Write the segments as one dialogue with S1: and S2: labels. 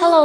S1: Hello，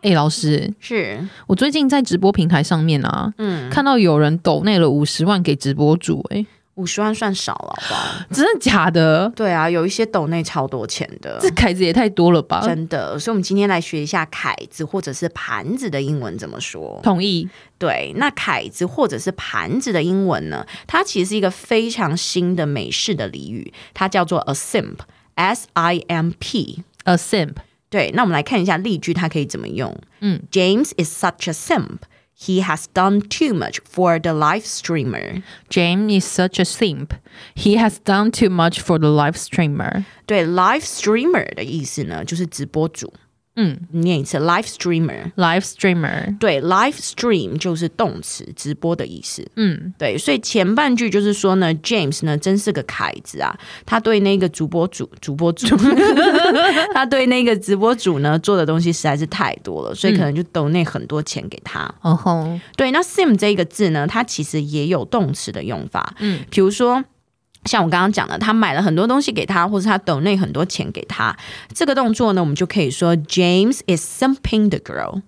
S2: 哎、老师，
S1: 是，
S2: 我最近在直播平台上面啊，
S1: 嗯，
S2: 看到有人抖内了五十万给直播主、哎，
S1: 五十万算少了，好不好？
S2: 真的假的？
S1: 对啊，有一些抖内超多钱的
S2: 这凯子也太多了吧？
S1: 真的，所以我们今天来学一下凯子或者是盘子的英文怎么说。
S2: 同意，
S1: 对，那凯子或者是盘子的英文呢，它其实是一个非常新的美式的俚语，它叫做 a simp，S I M P。
S2: a simp，
S1: 对，那我们来看一下例句，它可以怎么用？
S2: 嗯
S1: ，James is such a simp. He has done too much for the live streamer.
S2: ，James is such a simp. He has done too much for the live streamer.
S1: 对，live streamer 的意思呢，就是直播主。
S2: 嗯，
S1: 念一次 live streamer。
S2: Live streamer，
S1: 对，live stream 就是动词，直播的意思。
S2: 嗯，
S1: 对，所以前半句就是说呢，James 呢真是个凯子啊，他对那个主播主主 播主，他对那个直播主呢做的东西实在是太多了，所以可
S2: 嗯
S1: 能就抖内很多钱给他。
S2: 哦吼，
S1: 对，那 sim 这一个字呢，它其实也有动词的用法，嗯，比如说。像我刚刚讲的，他买了很多东西给他，或是他抖内很多钱给他，这个动作呢，我们就可以说 James is simping the girl。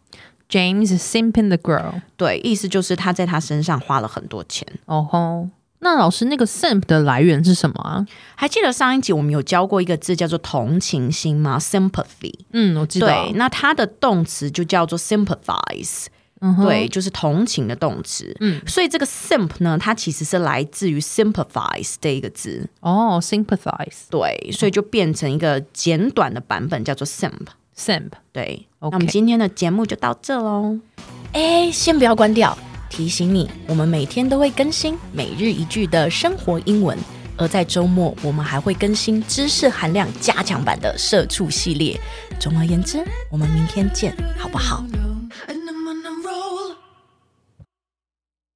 S2: James is simping the girl.
S1: 对，意思就是他在他身上花了很多钱。
S2: 哦吼，那老师那个 simp 的来源是什么啊？
S1: 还记得上一集我们有教过一个字叫做同情心吗？sympathy。
S2: 嗯，我知道
S1: 对，，那它的动词就叫做 sympathize，、
S2: 嗯哼
S1: 对，就是同情的动词。嗯，所以这个 simp 呢，它其实是来自于 sympathize 这一个字，
S2: 哦、s y m p a t h i z
S1: 对，所以就变成一个简短的版本叫做 simp。
S2: e simp，
S1: 对
S2: OK
S1: 那我们今天的节目就到这喽。哎，先不要关掉，提醒你，我们每天都会更新每日一句的生活英文，而在周末我们还会更新知识含量加强版的社畜系列。总而言之，我们明天见，好不好？